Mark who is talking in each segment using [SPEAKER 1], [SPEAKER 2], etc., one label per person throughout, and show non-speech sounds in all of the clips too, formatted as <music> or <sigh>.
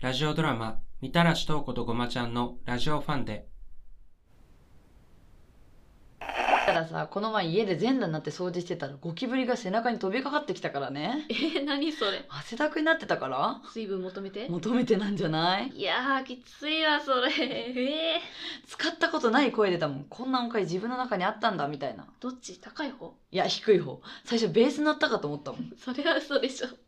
[SPEAKER 1] ラジオドラマ、みたらしとうことごまちゃんのラジオファンで、
[SPEAKER 2] たらさこの前家で全裸になって掃除してたらゴキブリが背中に飛びかかってきたからね
[SPEAKER 3] <laughs> えー、何それ
[SPEAKER 2] 汗だくになってたから
[SPEAKER 3] 水分求めて
[SPEAKER 2] 求めてなんじゃない
[SPEAKER 3] いやーきついわそれええ
[SPEAKER 2] 使ったことない声出たもんこんな音階自分の中にあったんだみたいな
[SPEAKER 3] どっち高い方
[SPEAKER 2] いや低い方最初ベース鳴ったかと思ったもん
[SPEAKER 3] それは嘘でしょ <laughs>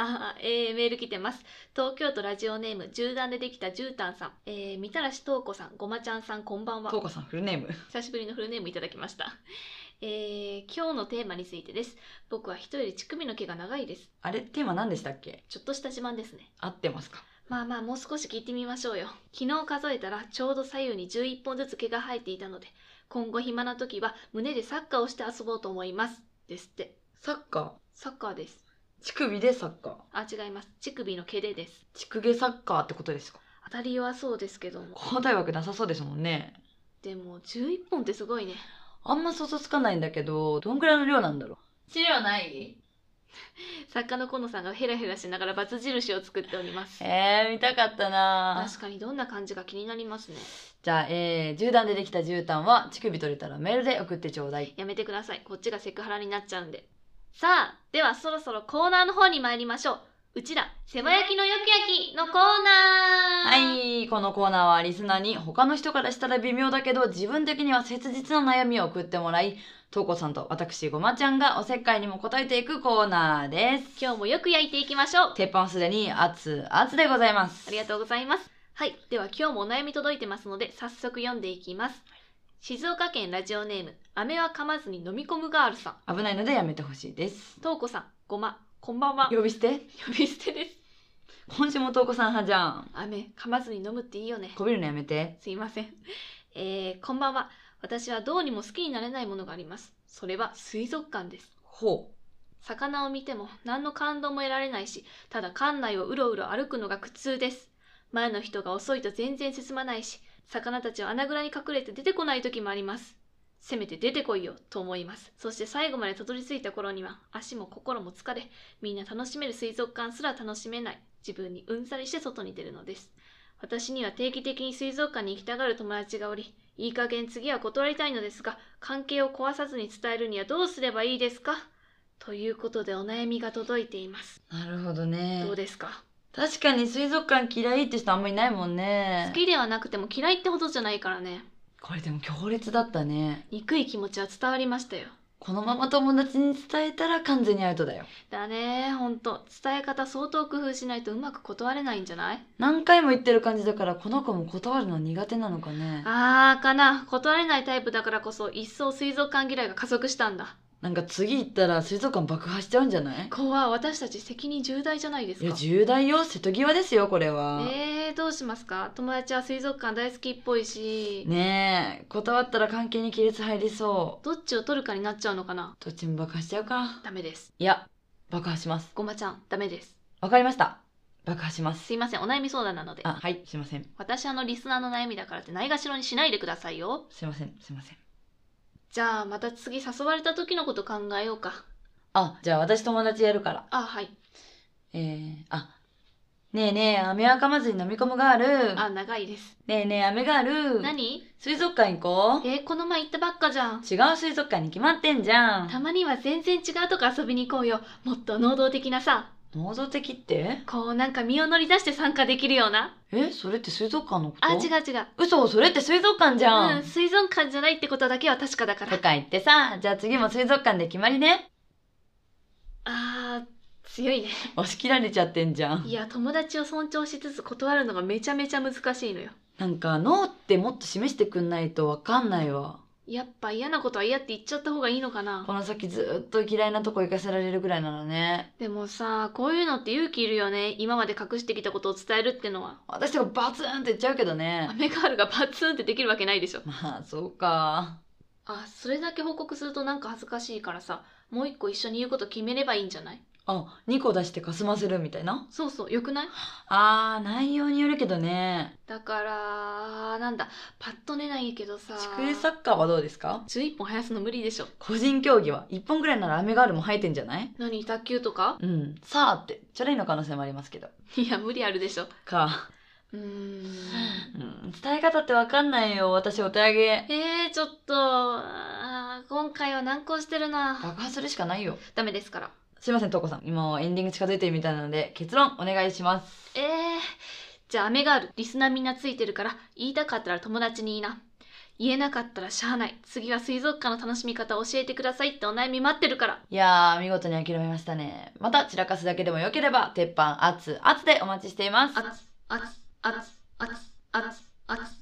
[SPEAKER 3] あーえー、メール来てます東京都ラジオネーム銃弾でできた絨毯さんえー、みたらしとうこさんごまちゃんさんこんばんは
[SPEAKER 2] とうかさんフルネーム
[SPEAKER 3] 久しぶりのフルネームいただきましたえー、今日のテーマについてです僕は人より乳首の毛が長いです
[SPEAKER 2] あれテーマ何でしたっけ
[SPEAKER 3] ちょっとした自慢ですね
[SPEAKER 2] 合ってますか
[SPEAKER 3] まあまあもう少し聞いてみましょうよ昨日数えたらちょうど左右に11本ずつ毛が生えていたので今後暇な時は胸でサッカーをして遊ぼうと思いますですって
[SPEAKER 2] サッカ
[SPEAKER 3] サッカーです
[SPEAKER 2] ー乳首でサッカー
[SPEAKER 3] あ違います乳首の毛でです
[SPEAKER 2] 乳毛サッカーってことですか
[SPEAKER 3] 当たり弱そうですけども
[SPEAKER 2] 交代枠なさそうですもんね
[SPEAKER 3] でも11本ってすごいね
[SPEAKER 2] あんま想像つかないんだけどどんぐらいの量なんだろ
[SPEAKER 3] 資料ない作家の河野さんがヘラヘラしながらバツ印を作っております
[SPEAKER 2] うえー、見たかったな
[SPEAKER 3] 確かにどんな感じが気になりますね
[SPEAKER 2] じゃあ、えー、10段でできた絨毯は乳首取れたらメールで送ってちょうだい。
[SPEAKER 3] やめてくださいこっちがセクハラになっちゃうんでさあではそろそろコーナーの方に参りましょううちら世話焼きのよく焼きのコーナー
[SPEAKER 2] はい、このコーナーはリスナーに他の人からしたら微妙だけど自分的には切実な悩みを送ってもらい、とうこさんと私ごまちゃんがおせっかいにも答えていくコーナーです。
[SPEAKER 3] 今日もよく焼いていきましょう
[SPEAKER 2] 鉄板はすでに熱々でございます。
[SPEAKER 3] ありがとうございますはいでは今日もお悩み届いてますので早速読んでいきます静岡県ラジオネーム飴は噛まずに飲み込むガールさん
[SPEAKER 2] 危ないのでやめてほしいです。
[SPEAKER 3] とうこさんごまこんばんは
[SPEAKER 2] 呼び捨て
[SPEAKER 3] 呼び捨てです
[SPEAKER 2] 今週もとうこさん派じゃん。
[SPEAKER 3] 飴噛まずに飲むっていいよね
[SPEAKER 2] こびるのやめて。
[SPEAKER 3] すいません。えー、こんばんは。私はどうにも好きになれないものがあります。それは水族館です。
[SPEAKER 2] ほ
[SPEAKER 3] 魚を見ても何の感動も得られないし、ただ館内をうろうろ歩くのが苦痛です。前の人が遅いと全然進まないし、魚たちは穴蔵に隠れて出てこない時もあります。せめて出てこいよと思います。そして最後までたどり着いた頃には足も心も疲れ、みんな楽しめる水族館すら楽しめない自分にうんざりして外に出るのです。私には定期的に水族館に行きたがる友達がおり、いい加減次は断りたいのですが、関係を壊さずに伝えるにはどうすればいいですかということでお悩みが届いています。
[SPEAKER 2] う。なるほどね
[SPEAKER 3] どうですか
[SPEAKER 2] 確かに水族館嫌いって人あんまりいないもんね。
[SPEAKER 3] 好きではなくても嫌いってほどじゃないからね。
[SPEAKER 2] これでも強烈だったね
[SPEAKER 3] 憎い気持ちは伝わりましたよ。
[SPEAKER 2] このまま友達に伝えたら完全にアウトだよ
[SPEAKER 3] だねほんと。伝え方相当工夫しないとうまく断れないんじゃない
[SPEAKER 2] 何回も言ってる感じだからこの子も断るの苦手なのかね
[SPEAKER 3] あーかな。断れないタイプだからこそ一層水族館嫌いが加速したんだ。
[SPEAKER 2] なんか次行ったら水族館爆破しちゃうんじゃない
[SPEAKER 3] ここは私たち責任重大じゃないです
[SPEAKER 2] い
[SPEAKER 3] か
[SPEAKER 2] や。重大よ瀬戸際ですよこれは、
[SPEAKER 3] えー、どうしますか友達は水族館大好きっぽいし、
[SPEAKER 2] ねえ断ったら関係に亀裂入りそ
[SPEAKER 3] どっちを取るかになっちゃうのかな
[SPEAKER 2] うどっちも爆破しちゃうか
[SPEAKER 3] ダメです
[SPEAKER 2] いや爆破します
[SPEAKER 3] ごまちゃんダメです
[SPEAKER 2] わかりました爆破します
[SPEAKER 3] すいませんお悩み相談なので
[SPEAKER 2] あはいすいません
[SPEAKER 3] 私あのリスナーの悩みだからってないがしろにしないでくださいよ
[SPEAKER 2] すいませんすいません
[SPEAKER 3] じゃあまた次誘われた時のこと考えようか
[SPEAKER 2] あじゃあ私友達やるから
[SPEAKER 3] あはい
[SPEAKER 2] えー、あねえねえ飴はかまずに飲み込むガール
[SPEAKER 3] あ長いです
[SPEAKER 2] ねえねえ、アメガール。
[SPEAKER 3] 何
[SPEAKER 2] 水族館行こう。
[SPEAKER 3] えーこの前行ったばっかじゃん
[SPEAKER 2] 違う水族館に決まってんじゃ
[SPEAKER 3] た
[SPEAKER 2] ん。
[SPEAKER 3] まには全然違うとこ遊びに行こうよもっと能動的なさ
[SPEAKER 2] 能動的って
[SPEAKER 3] こうなんか身を乗り出して参加できるような
[SPEAKER 2] え、それって水族館のこと
[SPEAKER 3] あ違う違う
[SPEAKER 2] 嘘、それって水族館じゃん。
[SPEAKER 3] うん水族館じゃないってことだけは確かだから
[SPEAKER 2] とか言ってさ、じゃあ次も水族館で決まりね。
[SPEAKER 3] あー強いね
[SPEAKER 2] 押し切られちゃってんじゃん
[SPEAKER 3] い。や友達を尊重しつつ断るのがめちゃめちゃ難しいのよ
[SPEAKER 2] なんか、脳ってもっと示してくんないとわかんないわ。
[SPEAKER 3] やっぱ嫌なことは嫌って言っちゃった方がいいのかな
[SPEAKER 2] この先ずっと嫌いなとこ行かせられるぐらいならね。
[SPEAKER 3] でもさこういうのって勇気いるよね今まで隠してきたことを伝えるってのは
[SPEAKER 2] 私とかバツンって言っちゃうけどね
[SPEAKER 3] ア。メガールがバツンってできるわけないでしょ
[SPEAKER 2] まあ、そうか。
[SPEAKER 3] あそれだけ報告するとなんか恥ずかしいからさもう一個一緒に言うこと決めればいいんじゃない
[SPEAKER 2] あ2個出してかすませるみたいな
[SPEAKER 3] そうそうよくない
[SPEAKER 2] あー内容によるけどね
[SPEAKER 3] だからなんだパッと寝ないけどさ
[SPEAKER 2] 地区サッカーはどうですか
[SPEAKER 3] 11本生やすの無理でしょ
[SPEAKER 2] 個人競技は1本ぐらいならアメガールも生えてんじゃない
[SPEAKER 3] 何卓球とか
[SPEAKER 2] うんさあってチャレンの可能性もありますけど
[SPEAKER 3] いや無理あるでしょ
[SPEAKER 2] か、
[SPEAKER 3] うーん
[SPEAKER 2] うん、伝え方ってわかんないよ私お手上げ
[SPEAKER 3] えー、ちょっとあー今回は難航してるな
[SPEAKER 2] 爆破するしかないよ
[SPEAKER 3] ダメですから
[SPEAKER 2] すいませんとうこさん今はエンディング近づいてるみたいなので結論お願いします
[SPEAKER 3] えー、じゃあ雨があるリスナーみんなついてるから言いたかったら友達に言いな言えなかったらしゃあない次は水族館の楽しみ方を教えてくださいってお悩み待ってるから
[SPEAKER 2] いやー見事に諦めましたねまた散らかすだけでもよければ鉄板熱々でお待ちしています
[SPEAKER 3] あつあつあつあつあつあつ